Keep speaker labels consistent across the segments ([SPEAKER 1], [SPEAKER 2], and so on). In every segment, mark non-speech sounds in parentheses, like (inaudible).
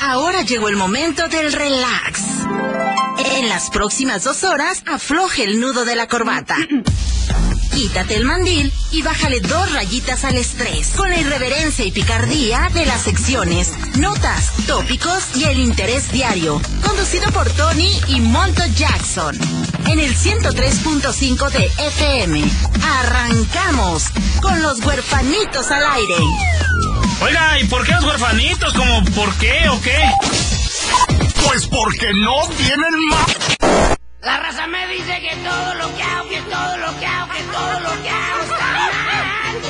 [SPEAKER 1] Ahora llegó el momento del relax. En las próximas dos horas, afloje el nudo de la corbata. Quítate el mandil y bájale dos rayitas al estrés con la irreverencia y picardía de las secciones, notas, tópicos y el interés diario, conducido por Tony y Monto Jackson. En el 103.5 de FM, arrancamos con los huerfanitos al aire.
[SPEAKER 2] Oiga, ¿y por qué los huerfanitos? ¿Como por qué o qué?
[SPEAKER 3] Pues porque no tienen más.
[SPEAKER 4] La raza me dice que todo lo que hago, que todo lo que hago, que todo lo que hago está mal.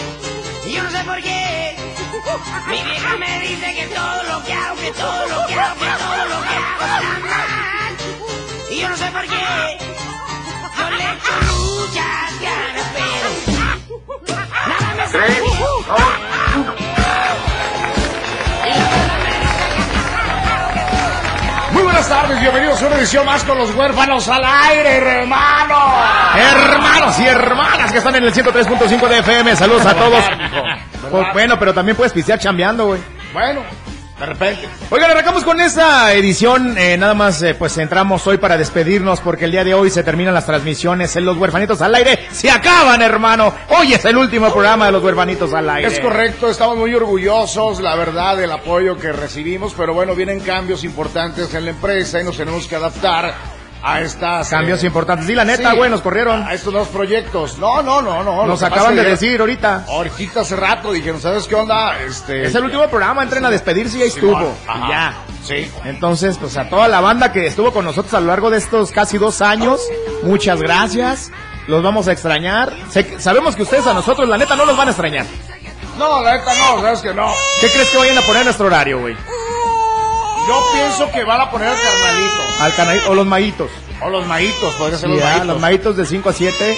[SPEAKER 4] Y yo no sé por qué. Mi vieja me dice que todo lo que hago, que todo lo que hago, que todo lo que hago está mal. Y yo no sé por qué. Yo le echo muchas ganas, pero nada me sale.
[SPEAKER 5] Muy buenas tardes, bienvenidos a una edición más con los huérfanos al aire, hermanos. Hermanos y hermanas que están en el 103.5 de FM, saludos a (laughs) todos. Pues bueno, pero también puedes pistear chambeando, güey.
[SPEAKER 6] Bueno, de repente.
[SPEAKER 5] Oigan, arrancamos con esta edición. Eh, nada más, eh, pues entramos hoy para despedirnos porque el día de hoy se terminan las transmisiones en Los Huerfanitos al Aire. Se acaban, hermano. Hoy es el último programa de Los Huerfanitos al Aire.
[SPEAKER 6] Es correcto, estamos muy orgullosos, la verdad, del apoyo que recibimos. Pero bueno, vienen cambios importantes en la empresa y nos tenemos que adaptar a estas
[SPEAKER 5] cambios eh, importantes. Sí, la neta, güey, sí, nos corrieron.
[SPEAKER 6] A estos dos proyectos. No, no, no, no.
[SPEAKER 5] Nos acaban de decir ahorita.
[SPEAKER 6] Ahorita hace rato dijeron, ¿sabes qué onda? Este,
[SPEAKER 5] es el último ya. programa, entren a despedirse y ahí sí, estuvo.
[SPEAKER 6] Ajá. Ya. Sí.
[SPEAKER 5] Entonces, pues a toda la banda que estuvo con nosotros a lo largo de estos casi dos años, muchas gracias. Los vamos a extrañar. Se, sabemos que ustedes a nosotros, la neta, no los van a extrañar.
[SPEAKER 6] No, la neta no, sabes que no.
[SPEAKER 5] ¿Qué crees que vayan a poner en nuestro horario, güey?
[SPEAKER 6] Yo pienso que van a poner al carnalito.
[SPEAKER 5] Al carnalito, o los maitos.
[SPEAKER 6] O los maitos, podría ser sí, los maitos.
[SPEAKER 5] los maitos de 5 a 7.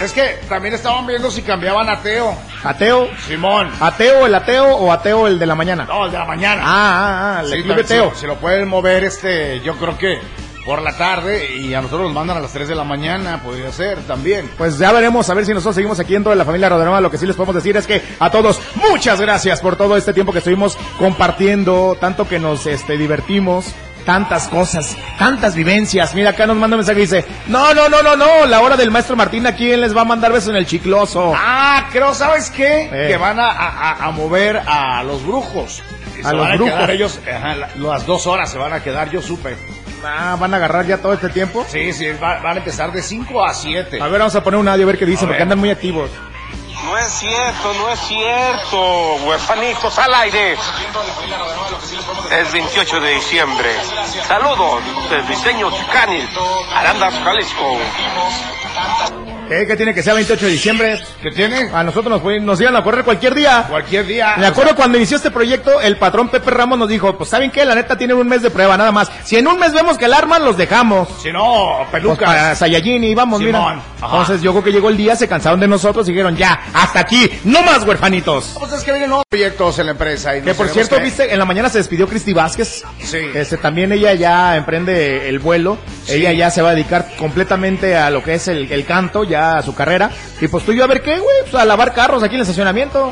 [SPEAKER 6] Es que también estaban viendo si cambiaban ateo.
[SPEAKER 5] ¿Ateo?
[SPEAKER 6] Simón.
[SPEAKER 5] ¿Ateo el ateo o ateo el de la mañana?
[SPEAKER 6] No, el de la mañana.
[SPEAKER 5] Ah, ah, ah, el
[SPEAKER 6] sí, teo. Si, si, lo pueden mover, este, yo creo que por la tarde y a nosotros nos mandan a las 3 de la mañana, podría ser también.
[SPEAKER 5] Pues ya veremos, a ver si nosotros seguimos aquí dentro de la familia Rodarama. Lo que sí les podemos decir es que a todos, muchas gracias por todo este tiempo que estuvimos compartiendo, tanto que nos este, divertimos. Tantas cosas, tantas vivencias. Mira, acá nos manda un mensaje y dice: No, no, no, no, no. La hora del maestro Martín, ¿a quién les va a mandar besos en el chicloso?
[SPEAKER 6] Ah, creo, ¿sabes qué? Eh. Que van a, a, a mover a los brujos.
[SPEAKER 5] Se a los brujos.
[SPEAKER 6] A ellos, ajá, las dos horas se van a quedar, yo supe.
[SPEAKER 5] Ah, ¿van a agarrar ya todo este tiempo?
[SPEAKER 6] Sí, sí, va, van a empezar de 5 a 7.
[SPEAKER 5] A ver, vamos a poner un audio a ver qué dicen, porque andan muy activos.
[SPEAKER 7] No es cierto, no es cierto, huerfanitos al aire. Es 28 de diciembre. Saludos del diseño Chucanil, Arandas, Jalisco.
[SPEAKER 5] ¿Qué, ¿Qué tiene Eh, que ser 28 de diciembre?
[SPEAKER 6] ¿Qué tiene?
[SPEAKER 5] A nosotros nos, nos iban a correr cualquier día.
[SPEAKER 6] Cualquier día.
[SPEAKER 5] Me acuerdo sea... cuando inició este proyecto, el patrón Pepe Ramos nos dijo, pues ¿saben qué? La neta tienen un mes de prueba, nada más. Si en un mes vemos que el arma, los dejamos.
[SPEAKER 6] Si no, pelucas.
[SPEAKER 5] Pues para Sayajin y vamos, Simón. mira. Ajá. Entonces yo creo que llegó el día, se cansaron de nosotros y dijeron, ya, hasta aquí, no más huerfanitos.
[SPEAKER 6] Pues es que vienen nuevos proyectos en la empresa. Y
[SPEAKER 5] que por cierto, que... viste, en la mañana se despidió Cristi Vázquez.
[SPEAKER 6] Sí.
[SPEAKER 5] Este, también ella ya emprende el vuelo. Sí. Ella ya se va a dedicar completamente a lo que es el, el canto, ya a su carrera. Y pues tú y yo a ver qué, güey, pues a lavar carros aquí en el estacionamiento.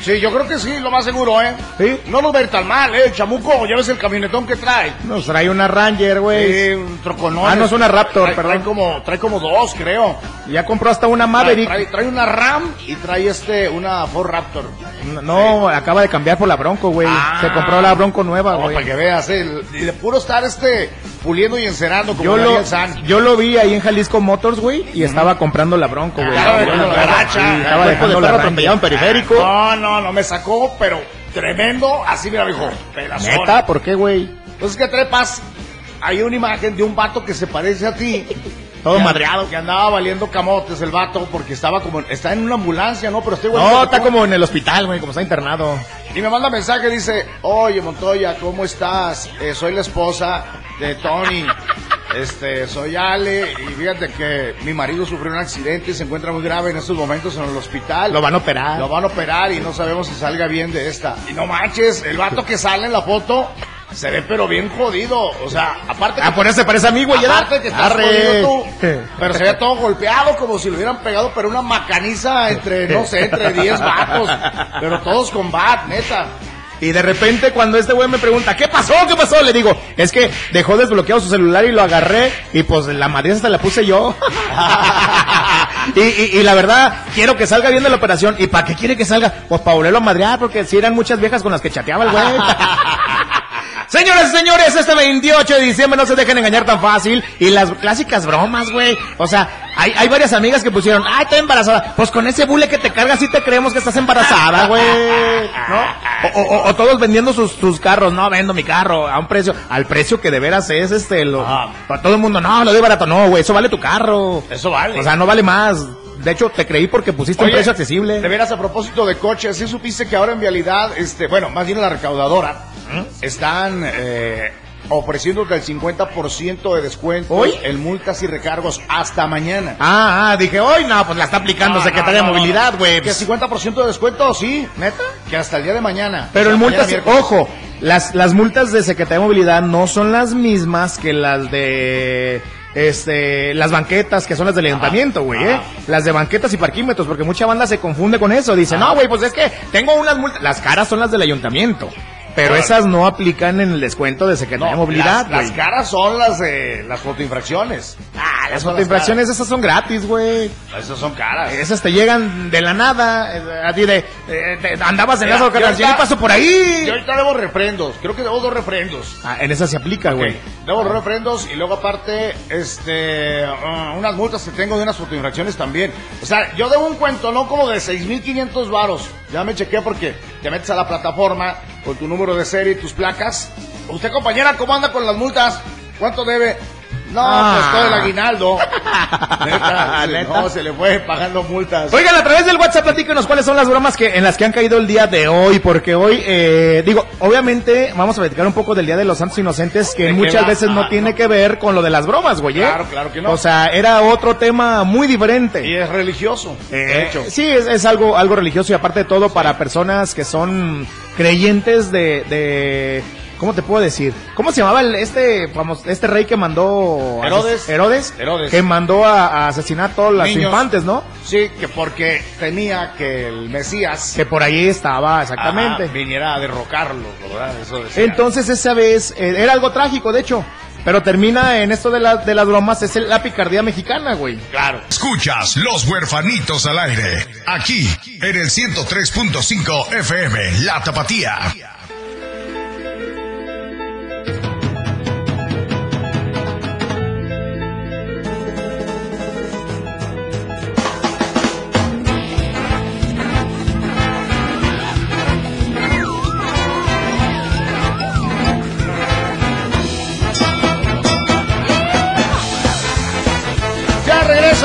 [SPEAKER 6] Sí, yo creo que sí, lo más seguro, ¿eh?
[SPEAKER 5] Sí.
[SPEAKER 6] No nos ver tan mal, ¿eh? Chamuco, ya ves el camionetón que trae.
[SPEAKER 5] Nos trae una Ranger, güey.
[SPEAKER 6] Sí, un troconón.
[SPEAKER 5] Pues, Ah, no es una Raptor,
[SPEAKER 6] trae,
[SPEAKER 5] perdón.
[SPEAKER 6] Trae como, trae como dos, creo.
[SPEAKER 5] Ya compró hasta una Maverick.
[SPEAKER 6] Trae, trae, trae una Ram y trae este, una Ford Raptor.
[SPEAKER 5] No, no sí. acaba de cambiar por la Bronco, güey. Ah. Se compró la Bronco nueva, güey. No,
[SPEAKER 6] para que veas, ¿eh? Y de puro estar este, puliendo y encerando como
[SPEAKER 5] yo lo, yo lo vi ahí en Jalisco Motors, güey, y estaba comprando la Bronco, güey.
[SPEAKER 6] Ah, claro, la Pues,
[SPEAKER 5] garacha. Sí, estaba dejando
[SPEAKER 6] de
[SPEAKER 5] la atropellado en periférico.
[SPEAKER 6] No, no no, no me sacó, pero tremendo. Así mira, dijo,
[SPEAKER 5] pedazo. ¿Neta? ¿Por qué, güey?
[SPEAKER 6] Entonces Pues que trepas, hay una imagen de un vato que se parece a ti.
[SPEAKER 5] Todo madreado.
[SPEAKER 6] Que andaba valiendo camotes el vato porque estaba como. Está en una ambulancia, ¿no? Pero este
[SPEAKER 5] güey. No, está como en el hospital, güey, como está internado.
[SPEAKER 6] Y me manda mensaje, dice: Oye, Montoya, ¿cómo estás? Eh, soy la esposa de Tony. Este, soy Ale y fíjate que mi marido sufrió un accidente y se encuentra muy grave en estos momentos en el hospital.
[SPEAKER 5] Lo van a operar.
[SPEAKER 6] Lo van a operar y no sabemos si salga bien de esta. Y no manches, el vato que sale en la foto se ve pero bien jodido. O sea, aparte.
[SPEAKER 5] Ah, por eso se parece a mí, güey.
[SPEAKER 6] Aparte que estás Arre. jodido tú.
[SPEAKER 5] (laughs)
[SPEAKER 6] Pero se ve todo golpeado, como si le hubieran pegado, pero
[SPEAKER 5] (laughs)
[SPEAKER 6] una macaniza entre, no sé, entre 10 vatos. Pero todos con bat, neta.
[SPEAKER 5] Y de repente cuando este güey me pregunta, ¿qué pasó? ¿Qué pasó? Le digo, es que dejó desbloqueado su celular y lo agarré y pues la madre hasta la puse yo. (laughs) y, y, y, la verdad, quiero que salga bien de la operación. ¿Y para qué quiere que salga? Pues para volverlo a madrear porque si sí eran muchas viejas con las que chateaba el güey. Señoras y señores, este 28 de diciembre no se dejen engañar tan fácil. Y las clásicas bromas, güey. O sea, hay, hay varias amigas que pusieron, ay, estoy embarazada. Pues con ese bule que te cargas sí te creemos que estás embarazada, güey. ¿No? O, o, o, todos vendiendo sus, sus carros. No, vendo mi carro a un precio, al precio que de veras es este. Lo, ah. Para todo el mundo, no, lo doy barato. No, güey, eso vale tu carro.
[SPEAKER 6] Eso vale.
[SPEAKER 5] O sea, no vale más. De hecho, te creí porque pusiste Oye, un precio accesible.
[SPEAKER 6] De veras, a propósito de coches, ¿sí supiste que ahora en realidad, este, bueno, más bien la recaudadora, ¿eh?
[SPEAKER 5] ¿Mm?
[SPEAKER 6] están eh, ofreciéndote el 50% de descuento
[SPEAKER 5] ¿Hoy?
[SPEAKER 6] en multas y recargos hasta mañana.
[SPEAKER 5] Ah, ah dije, hoy no, pues la está aplicando no, Secretaría no, no, de Movilidad, güey. Pues
[SPEAKER 6] Que 50% de descuento, sí. ¿Neta? Que hasta el día de mañana.
[SPEAKER 5] Pero o sea, el multas, ojo, las, las multas de Secretaría de Movilidad no son las mismas que las de este, las banquetas, que son las del ayuntamiento, güey, ¿eh? Las de banquetas y parquímetros, porque mucha banda se confunde con eso. Dice, no, güey, pues es que tengo unas multas. Las caras son las del ayuntamiento. Pero claro. esas no aplican en el descuento de Secretaría no, de Movilidad.
[SPEAKER 6] Las, las, caras son las de eh, las fotoinfracciones.
[SPEAKER 5] Ah, las, las fotoinfracciones las esas son gratis, güey.
[SPEAKER 6] Esas son caras.
[SPEAKER 5] Esas te llegan de la nada, así de, de, de andabas en Mira, las ocasiones y paso por ahí.
[SPEAKER 6] Yo ahorita debo refrendos, creo que debo dos refrendos.
[SPEAKER 5] Ah, en esas se aplica, güey. Okay.
[SPEAKER 6] Debo dos refrendos y luego aparte, este, uh, unas multas que tengo de unas fotoinfracciones también. O sea, yo debo un cuento, no como de 6.500 varos. Ya me chequeé porque te metes a la plataforma con tu número de serie y tus placas. Usted, compañera, ¿cómo anda con las multas? ¿Cuánto debe? No, ah. pues todo el (laughs) aguinaldo. Neta, se, ¿Neta? No, se le fue pagando multas.
[SPEAKER 5] Oigan, a través del WhatsApp platíquenos cuáles son las bromas que, en las que han caído el día de hoy, porque hoy, eh, digo, obviamente vamos a platicar un poco del Día de los Santos Inocentes, que muchas veces ah, no tiene no. que ver con lo de las bromas, güey. ¿eh?
[SPEAKER 6] Claro, claro que no.
[SPEAKER 5] O sea, era otro tema muy diferente.
[SPEAKER 6] Y es religioso, eh, de hecho.
[SPEAKER 5] Sí, es, es, algo, algo religioso y aparte de todo para personas que son creyentes de, de ¿Cómo te puedo decir? ¿Cómo se llamaba el, este vamos, este rey que mandó
[SPEAKER 6] Herodes?
[SPEAKER 5] Herodes,
[SPEAKER 6] Herodes.
[SPEAKER 5] que mandó a, a asesinar a todos los infantes, ¿no?
[SPEAKER 6] Sí, que porque temía que el Mesías
[SPEAKER 5] que por ahí estaba exactamente
[SPEAKER 6] Ajá, Ah, viniera a derrocarlo, ¿verdad? Eso
[SPEAKER 5] decía. Entonces esa vez eh, era algo trágico, de hecho, pero termina en esto de, la, de las bromas, es la picardía mexicana, güey.
[SPEAKER 6] Claro.
[SPEAKER 3] Escuchas Los Huerfanitos al aire, aquí en el 103.5 FM, La Tapatía.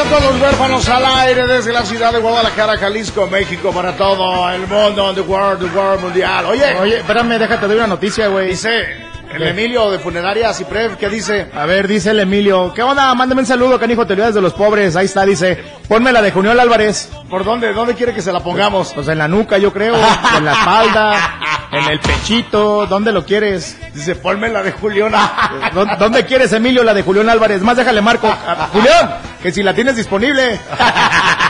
[SPEAKER 6] Todos los huérfanos al aire desde la ciudad de Guadalajara, Jalisco, México, para todo el mundo, the world, the world mundial. Oye,
[SPEAKER 5] oye, espérame, déjate de una noticia, güey.
[SPEAKER 6] Dice el ¿Qué? Emilio de Funeraria Ciprev, ¿qué dice?
[SPEAKER 5] A ver, dice el Emilio, ¿qué onda? Mándame un saludo, canijo, te olvidas de los pobres, ahí está, dice, ponme la de Junior Álvarez.
[SPEAKER 6] ¿Por dónde? ¿Dónde quiere que se la pongamos?
[SPEAKER 5] Pues en la nuca, yo creo, en la espalda, en el pechito, ¿dónde lo quieres?
[SPEAKER 6] Dice, ponme la de Julián.
[SPEAKER 5] ¿Dónde quieres, Emilio, la de Julián Álvarez? Más déjale marco. Julián, que si la tienes disponible.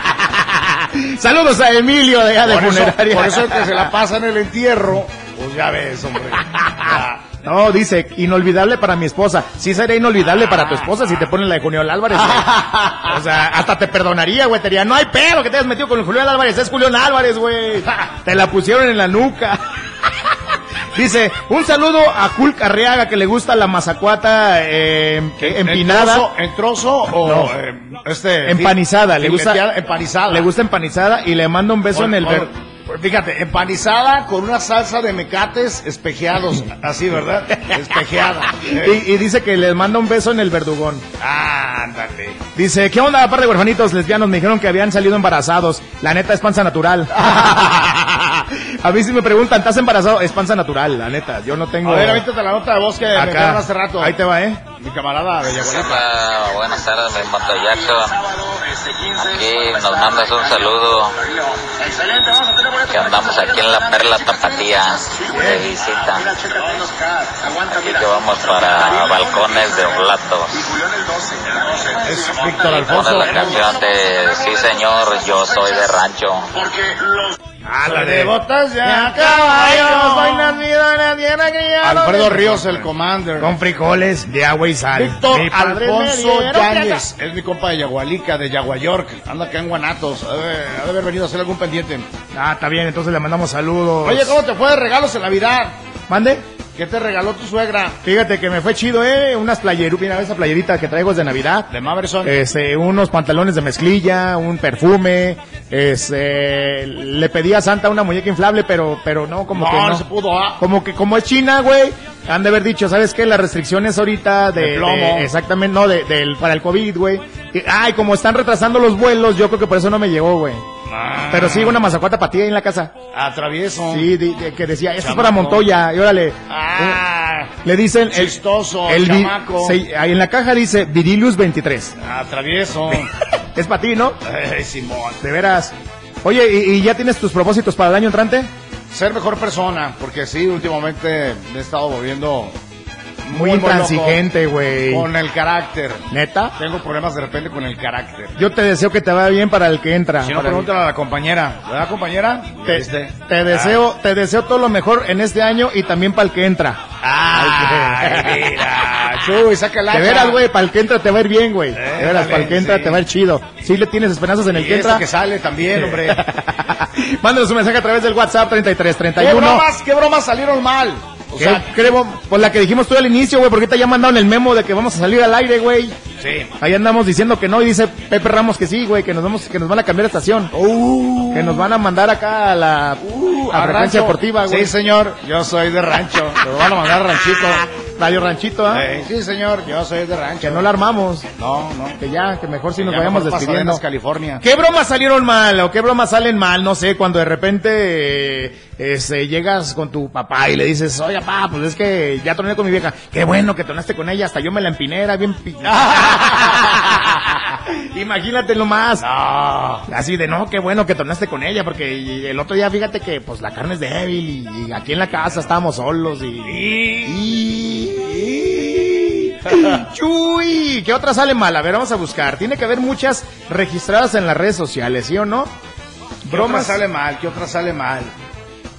[SPEAKER 5] (laughs) Saludos a Emilio de, allá de
[SPEAKER 6] (laughs) por
[SPEAKER 5] funeraria.
[SPEAKER 6] Eso, por eso es que se la pasa en el entierro. Pues ya ves, hombre. Ya.
[SPEAKER 5] No, dice, inolvidable para mi esposa. Sí sería inolvidable para tu esposa si te ponen la de Julián Álvarez. Güey. O sea, hasta te perdonaría, güey. Te diría, no hay pedo que te hayas metido con el Julián Álvarez. Es Julián Álvarez, güey. Te la pusieron en la nuca. (laughs) Dice, un saludo a Kul Carriaga que le gusta la mazacuata eh, empinada.
[SPEAKER 6] ¿En trozo, en trozo o no, eh, este,
[SPEAKER 5] empanizada? Le gusta,
[SPEAKER 6] empanizada.
[SPEAKER 5] Le gusta empanizada y le manda un beso or, en el... Or,
[SPEAKER 6] pues fíjate, empanizada con una salsa de mecates espejeados, así, (laughs) ¿verdad? Espejeada.
[SPEAKER 5] y, y, dice que les manda un beso en el verdugón.
[SPEAKER 6] Ah, ándale.
[SPEAKER 5] Dice, ¿qué onda? Aparte de huerfanitos lesbianos, me dijeron que habían salido embarazados. La neta es panza
[SPEAKER 6] (laughs)
[SPEAKER 5] natural. a mí si me preguntan, ¿estás embarazado? Es panza natural, la neta. Yo no tengo.
[SPEAKER 6] A ver, ahorita te la nota de voz que Acá. me quedaron hace rato.
[SPEAKER 5] Ahí te va, ¿eh?
[SPEAKER 6] Mi camarada,
[SPEAKER 8] Hola, buenas tardes, mi pantallacho. Aquí nos mandas un saludo. Excelente, vamos a tener que andamos aquí en la Perla Tapatía de visita. Aquí que vamos para Balcones de Oblatos.
[SPEAKER 6] Es Víctor Alfonso.
[SPEAKER 8] la canción de Sí, señor, yo soy de rancho.
[SPEAKER 5] Ah, la
[SPEAKER 6] De
[SPEAKER 5] de
[SPEAKER 6] botas ya caballo, soy nacido en la tierra que ya no
[SPEAKER 5] Alfredo
[SPEAKER 6] me-
[SPEAKER 5] Ríos, el
[SPEAKER 6] commander.
[SPEAKER 5] Con frijoles de agua y sal.
[SPEAKER 6] Víctor
[SPEAKER 5] Mi padre
[SPEAKER 6] Alfonso
[SPEAKER 5] me dieron
[SPEAKER 6] Yáñez, es mi compa de Yagualica, de Yaguayork, anda acá en Guanatos, ha de ha de haber venido a hacer algún pendiente.
[SPEAKER 5] caña. Ah, está bien, entonces le mandamos saludos.
[SPEAKER 6] Oye, ¿cómo te fue de regalos en Navidad?
[SPEAKER 5] mande.
[SPEAKER 6] ¿Qué te regaló tu suegra?
[SPEAKER 5] Fíjate que me fue chido, eh. Unas playeritas, mira esa playerita que traigo es de Navidad.
[SPEAKER 6] De Maverson.
[SPEAKER 5] Este, unos pantalones de mezclilla, un perfume. Este, le pedí a Santa una muñeca inflable, pero, pero no, como
[SPEAKER 6] no,
[SPEAKER 5] que
[SPEAKER 6] no,
[SPEAKER 5] no.
[SPEAKER 6] se pudo. ah.
[SPEAKER 5] Como que como es China, güey, han de haber dicho, ¿sabes qué? Las restricciones ahorita de,
[SPEAKER 6] De plomo.
[SPEAKER 5] de- exactamente, no, de, del para el COVID, güey. Y- Ay, como están retrasando los vuelos, yo creo que por eso no me llegó, güey.
[SPEAKER 6] Ah.
[SPEAKER 5] Pero sí, una mazacuata para ti ahí en la casa.
[SPEAKER 6] Atravieso.
[SPEAKER 5] Ah, Sí, di- de- que decía, esto es
[SPEAKER 6] Chamaco.
[SPEAKER 5] para Montoya, y órale.
[SPEAKER 6] Ah,
[SPEAKER 5] Le dicen el
[SPEAKER 6] chistoso,
[SPEAKER 5] el vi-
[SPEAKER 6] chamaco.
[SPEAKER 5] se- ahí en la caja dice Virilius 23. (laughs)
[SPEAKER 6] Atravieso.
[SPEAKER 5] Es para ti, ¿no?
[SPEAKER 6] Ay, Simón.
[SPEAKER 5] De veras. Oye, ¿y, y ya tienes tus propósitos para el año entrante?
[SPEAKER 6] Ser mejor persona, porque sí, últimamente me he estado volviendo
[SPEAKER 5] Muy,
[SPEAKER 6] loco
[SPEAKER 5] intransigente, güey.
[SPEAKER 6] con el carácter.
[SPEAKER 5] Neta.
[SPEAKER 6] Tengo problemas de repente con el carácter.
[SPEAKER 5] Yo te deseo que te vaya bien para el que entra.
[SPEAKER 6] Si no,
[SPEAKER 5] Para el-
[SPEAKER 6] pregúntale a la compañera. ¿Verdad, compañera?
[SPEAKER 5] Ah, te,
[SPEAKER 6] Este.
[SPEAKER 5] te deseo, te deseo todo lo mejor en este año y también para el que entra.
[SPEAKER 6] Ay,
[SPEAKER 5] (laughs)
[SPEAKER 6] mira. Chuy, saca el
[SPEAKER 5] De
[SPEAKER 6] hacha.
[SPEAKER 5] veras, güey, para el que entra te va a ir bien, güey. De veras,
[SPEAKER 6] dale,
[SPEAKER 5] para el que entra
[SPEAKER 6] Eh, sí.
[SPEAKER 5] te va a ir chido. Si le tienes esperanzas en el
[SPEAKER 6] Y
[SPEAKER 5] que
[SPEAKER 6] eso
[SPEAKER 5] entra.
[SPEAKER 6] que sale también, hombre.
[SPEAKER 5] (laughs) Mándanos un mensaje a través del WhatsApp 33
[SPEAKER 6] ¿Qué
[SPEAKER 5] 31.
[SPEAKER 6] bromas, qué bromas salieron mal? O
[SPEAKER 5] ¿Qué?
[SPEAKER 6] sea,
[SPEAKER 5] ¿Qué bo- Pues la que dijimos tú al inicio, güey, porque te ya mandaron el memo de que vamos a salir al aire, güey.
[SPEAKER 6] sí.
[SPEAKER 5] Ahí andamos diciendo que no y dice Pepe Ramos que sí, güey, que nos vamos, que nos van a cambiar de estación.
[SPEAKER 6] Uh,
[SPEAKER 5] Que nos van a mandar acá a la a
[SPEAKER 6] a
[SPEAKER 5] frecuencia
[SPEAKER 6] rancho.
[SPEAKER 5] deportiva, güey.
[SPEAKER 6] Sí, señor, yo soy de rancho.
[SPEAKER 5] (laughs)
[SPEAKER 6] Lo van a mandar a ranchito.
[SPEAKER 5] Radio Ranchito, ¿ah?
[SPEAKER 6] Eh, sí, señor, yo soy de rancho.
[SPEAKER 5] Que no la armamos.
[SPEAKER 6] No, no.
[SPEAKER 5] Que ya, que mejor si nos
[SPEAKER 6] Ya
[SPEAKER 5] vayamos
[SPEAKER 6] mejor
[SPEAKER 5] despidiendo.
[SPEAKER 6] Pasadenas, California.
[SPEAKER 5] ¿Qué bromas salieron mal o qué bromas salen mal? No sé, cuando de repente eh, este, llegas con tu papá y le dices, oye, papá, pues es que ya troné con mi vieja. Qué bueno que tronaste con ella, hasta yo me la empiné, era bien... pi- (laughs) Imagínate nomás. Así de, no, qué bueno que tronaste con ella, porque y- el otro día, fíjate que pues la carne es débil y, y aquí en la casa estábamos solos y... y- Chuy, ¿qué otra sale mal? A ver, vamos a buscar. Tiene que haber muchas registradas en las redes sociales, ¿sí o no?
[SPEAKER 6] ¿Qué otra
[SPEAKER 5] Bromas.
[SPEAKER 6] sale mal? ¿Qué otra sale mal?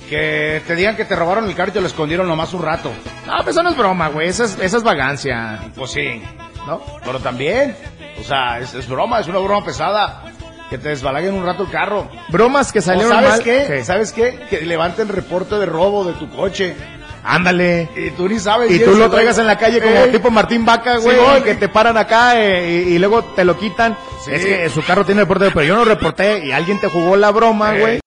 [SPEAKER 6] Que te digan que te robaron el carro y te lo escondieron nomás un rato.
[SPEAKER 5] No, pues eso no es broma, güey. Esa es, esa es vagancia,
[SPEAKER 6] Pues sí.
[SPEAKER 5] ¿no?
[SPEAKER 6] Pero también, o sea, es, es broma, es una broma pesada. Que te desbalaguen un rato el carro.
[SPEAKER 5] Bromas que
[SPEAKER 6] ¿O
[SPEAKER 5] salieron
[SPEAKER 6] ¿Sabes
[SPEAKER 5] mal.
[SPEAKER 6] qué?
[SPEAKER 5] ¿Qué?
[SPEAKER 6] ¿Sabes qué? Que levanten reporte de robo de tu coche.
[SPEAKER 5] Ándale.
[SPEAKER 6] Y tú ni sabes.
[SPEAKER 5] Y
[SPEAKER 6] quién
[SPEAKER 5] tú
[SPEAKER 6] es
[SPEAKER 5] lo
[SPEAKER 6] el
[SPEAKER 5] traigas en la
[SPEAKER 6] dueño.
[SPEAKER 5] calle como
[SPEAKER 6] Ey,
[SPEAKER 5] tipo Martín Vaca, güey,
[SPEAKER 6] Simón.
[SPEAKER 5] que te paran acá eh, y, y luego te lo quitan.
[SPEAKER 6] Sí.
[SPEAKER 5] Es que su carro tiene reporte, pero yo no reporté y alguien te jugó la broma,
[SPEAKER 6] Ey.
[SPEAKER 5] güey.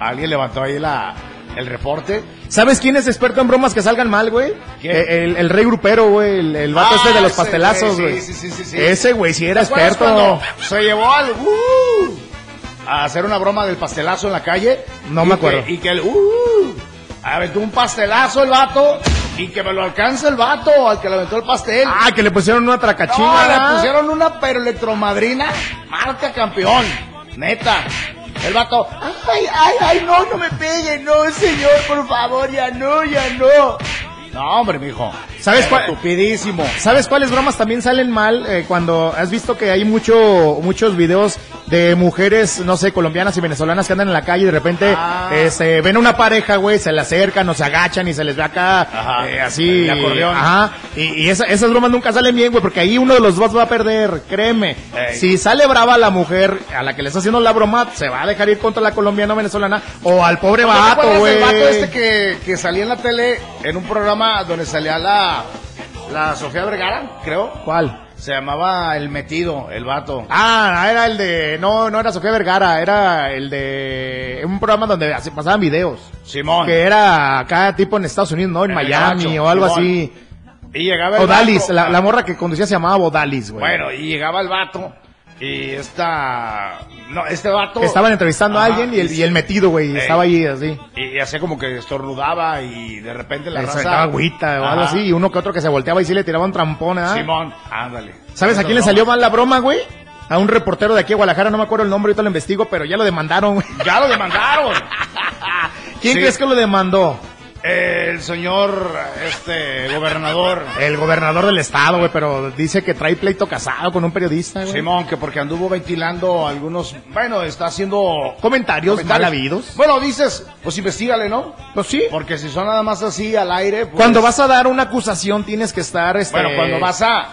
[SPEAKER 6] Alguien levantó ahí la, el reporte.
[SPEAKER 5] ¿Sabes quién es experto en bromas que salgan mal, güey?
[SPEAKER 6] ¿Quién?
[SPEAKER 5] Eh, El, el rey grupero, güey, el, el vato
[SPEAKER 6] Ah,
[SPEAKER 5] este de los
[SPEAKER 6] ese,
[SPEAKER 5] pastelazos,
[SPEAKER 6] güey,
[SPEAKER 5] güey.
[SPEAKER 6] sí, sí, sí, sí, sí.
[SPEAKER 5] Ese, güey, sí era
[SPEAKER 6] ¿Te acuerdas
[SPEAKER 5] experto.
[SPEAKER 6] cuando Se llevó al. uh, a hacer una broma del pastelazo en la calle.
[SPEAKER 5] No
[SPEAKER 6] Y
[SPEAKER 5] me
[SPEAKER 6] que-
[SPEAKER 5] acuerdo.
[SPEAKER 6] y que el. Uh, aventó un pastelazo el vato. Y que me lo alcanza el vato al que le aventó el pastel.
[SPEAKER 5] Ah, que le pusieron una
[SPEAKER 6] No,
[SPEAKER 5] tracachina. ¿verdad?
[SPEAKER 6] le pusieron una pero electromadrina, marca campeón, neta. El vato, ay, ay, ay, no, no me pegue, no, señor, por favor, ya no, ya no. No, hombre, mijo.
[SPEAKER 5] ¿Sabes cuál-
[SPEAKER 6] Estupidísimo.
[SPEAKER 5] ¿Sabes cuáles bromas también salen mal eh, cuando has visto que hay mucho, muchos videos de mujeres, no sé, colombianas y venezolanas que andan en la calle y de repente
[SPEAKER 6] Ah.
[SPEAKER 5] eh, se ven a una pareja, güey, se le acercan o se agachan y se les ve acá
[SPEAKER 6] Ajá.
[SPEAKER 5] eh, así.
[SPEAKER 6] El acordeón.
[SPEAKER 5] Ajá. Y, y esa- esas bromas nunca salen bien, güey, porque ahí uno de los dos va a perder, créeme.
[SPEAKER 6] Ey.
[SPEAKER 5] Si sale brava la mujer a la que le está haciendo la broma, se va a dejar ir contra la colombiana o venezolana o al pobre
[SPEAKER 6] ¿No te
[SPEAKER 5] vato,
[SPEAKER 6] acuerdas
[SPEAKER 5] güey.
[SPEAKER 6] del vato este que, que salía en la tele en un programa donde salía la, la Sofía Vergara, creo?
[SPEAKER 5] ¿Cuál?
[SPEAKER 6] Se llamaba El Metido, el vato.
[SPEAKER 5] Ah, era el de. No, no era Sofía Vergara, era el de. Un programa donde hace- pasaban videos.
[SPEAKER 6] Simón.
[SPEAKER 5] Que era acá tipo en Estados Unidos, ¿no? En
[SPEAKER 6] En el
[SPEAKER 5] Miami
[SPEAKER 6] gabacho,
[SPEAKER 5] o algo
[SPEAKER 6] Eh, Simón.
[SPEAKER 5] así.
[SPEAKER 6] Y llegaba el
[SPEAKER 5] Odalis,
[SPEAKER 6] vato- Ah,
[SPEAKER 5] la, la morra que conducía se llamaba Odalis, güey.
[SPEAKER 6] Bueno, y llegaba el vato y esta... No, este vato...
[SPEAKER 5] Que estaban entrevistando a
[SPEAKER 6] Ajá,
[SPEAKER 5] alguien y el, y el metido, güey,
[SPEAKER 6] Ey.
[SPEAKER 5] estaba ahí así.
[SPEAKER 6] Y, y hacía como que estornudaba y de repente la
[SPEAKER 5] Le
[SPEAKER 6] raza...
[SPEAKER 5] aventaba agüita o algo
[SPEAKER 6] Ajá.
[SPEAKER 5] así. Y uno que otro que se volteaba y sí le tiraba un trampón, ¿ah?
[SPEAKER 6] Simón, ándale.
[SPEAKER 5] ¿Sabes a quién le
[SPEAKER 6] No.
[SPEAKER 5] salió mal la broma, güey? A un reportero de aquí de Guadalajara, no me acuerdo el nombre, ahorita lo investigo, pero ya lo demandaron, güey.
[SPEAKER 6] Ya lo demandaron.
[SPEAKER 5] (laughs) ¿Quién
[SPEAKER 6] Sí.
[SPEAKER 5] crees que lo demandó?
[SPEAKER 6] El señor, este, gobernador.
[SPEAKER 5] El gobernador del estado, güey, pero dice que trae pleito casado con un periodista, güey.
[SPEAKER 6] Simón, que porque anduvo ventilando algunos, bueno, está haciendo
[SPEAKER 5] Comentarios mal habidos.
[SPEAKER 6] Bueno, dices, pues investigale, ¿no?
[SPEAKER 5] Pues sí.
[SPEAKER 6] Porque si son nada más así al aire, pues,
[SPEAKER 5] Cuando vas a dar una acusación tienes que estar, este...
[SPEAKER 6] bueno, cuando vas a,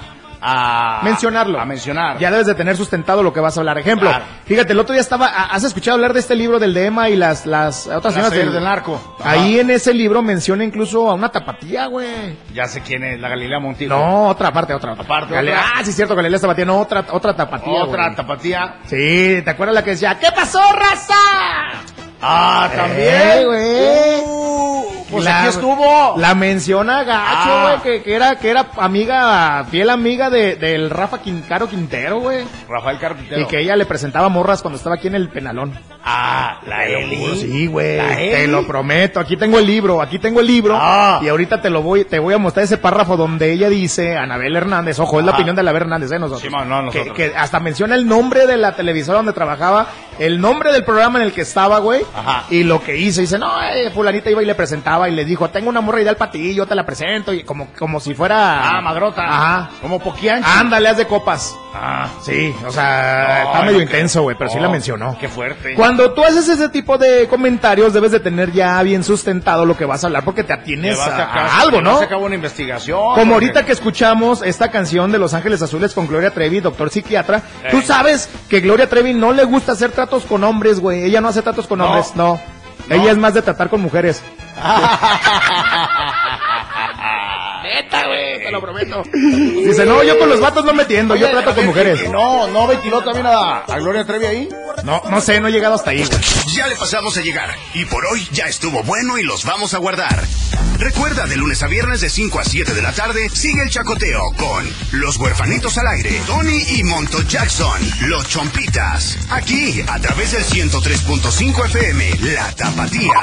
[SPEAKER 6] a
[SPEAKER 5] mencionarlo.
[SPEAKER 6] a mencionar,
[SPEAKER 5] Ya debes de tener sustentado lo que vas a hablar. Ejemplo,
[SPEAKER 6] Claro.
[SPEAKER 5] fíjate, el otro día estaba, a- has escuchado hablar de este libro del DEMA y las, las otras
[SPEAKER 6] Las
[SPEAKER 5] señoras del,
[SPEAKER 6] señoras del narco.
[SPEAKER 5] Ahí en ese libro menciona incluso a una tapatía, güey.
[SPEAKER 6] ya sé quién es la Galilea Montijo.
[SPEAKER 5] No, otra parte, otra. otra.
[SPEAKER 6] Aparte,
[SPEAKER 5] Galilea-
[SPEAKER 6] otra.
[SPEAKER 5] Ah, sí, es cierto, Galilea Zapatía, no, otra, otra tapatía.
[SPEAKER 6] otra
[SPEAKER 5] güey.
[SPEAKER 6] tapatía.
[SPEAKER 5] Sí, ¿te acuerdas la que decía, ¿qué pasó, raza?
[SPEAKER 6] Ah,
[SPEAKER 5] Eh,
[SPEAKER 6] también.
[SPEAKER 5] güey.
[SPEAKER 6] Uh, pues
[SPEAKER 5] La-
[SPEAKER 6] aquí estuvo.
[SPEAKER 5] La menciona Gacho,
[SPEAKER 6] Ah.
[SPEAKER 5] güey, que, que era, que era amiga, fiel amiga de, del Rafa Quincaro Quintero, güey.
[SPEAKER 6] Rafael Carpintero.
[SPEAKER 5] Y que ella le presentaba morras cuando estaba aquí en el penalón.
[SPEAKER 6] Ah, la Eli.
[SPEAKER 5] Sí, güey.
[SPEAKER 6] La
[SPEAKER 5] Te
[SPEAKER 6] Eli.
[SPEAKER 5] lo prometo. Aquí tengo el libro, aquí tengo el libro.
[SPEAKER 6] Ah.
[SPEAKER 5] Y ahorita te lo voy, te voy a mostrar ese párrafo donde ella dice, Anabel Hernández, ojo, es la
[SPEAKER 6] Ajá.
[SPEAKER 5] opinión de Anabel Hernández, eh, nosotros.
[SPEAKER 6] Sí, Ah. no, no, nosotros.
[SPEAKER 5] Que, que hasta menciona el nombre de la televisora donde trabajaba, el nombre del programa en el que estaba, güey.
[SPEAKER 6] Ajá.
[SPEAKER 5] Y lo que hizo, dice, no, eh, fulanita iba y le presentaba y le dijo, tengo una morra ideal para ti, yo te la presento. Y como, como si fuera.
[SPEAKER 6] Ah, madrota.
[SPEAKER 5] Ajá.
[SPEAKER 6] Como Poquianchi.
[SPEAKER 5] Ándale, haz de copas.
[SPEAKER 6] Ah,
[SPEAKER 5] Sí, o sea,
[SPEAKER 6] No,
[SPEAKER 5] está medio
[SPEAKER 6] no Oh.
[SPEAKER 5] intenso, güey, pero sí
[SPEAKER 6] No,
[SPEAKER 5] la mencionó.
[SPEAKER 6] Qué fuerte.
[SPEAKER 5] Cuando tú haces ese tipo de comentarios, debes de tener ya bien sustentado lo que vas a hablar porque te atienes
[SPEAKER 6] Llevaste
[SPEAKER 5] a,
[SPEAKER 6] a cabo-
[SPEAKER 5] a algo, ¿no?
[SPEAKER 6] llevaste a cabo una investigación.
[SPEAKER 5] Como
[SPEAKER 6] porque-
[SPEAKER 5] ahorita que escuchamos esta canción de Los Ángeles Azules con Gloria Trevi, doctor psiquiatra, tú
[SPEAKER 6] Eh.
[SPEAKER 5] sabes que Gloria Trevi no le gusta hacer tratos con hombres, güey. Ella no hace tratos con
[SPEAKER 6] No.
[SPEAKER 5] hombres, no.
[SPEAKER 6] No.
[SPEAKER 5] Ella es más de tratar con mujeres.
[SPEAKER 6] (laughs) Neta, güey, te lo prometo.
[SPEAKER 5] Dice, no, yo con los vatos no me tiendo, yo trato con mujeres.
[SPEAKER 6] No, no ventiló también a, a Gloria Trevi ahí.
[SPEAKER 5] No, no sé, no he llegado hasta ahí, güey.
[SPEAKER 9] Ya le pasamos a llegar y por hoy ya estuvo bueno y los vamos a guardar. Recuerda de lunes a viernes de 5 a 7 de la tarde, sigue el chacoteo con Los Huerfanitos al Aire, Tony y Monto Jackson, Los Chompitas, aquí a través del 103.5 FM, La Tapatía.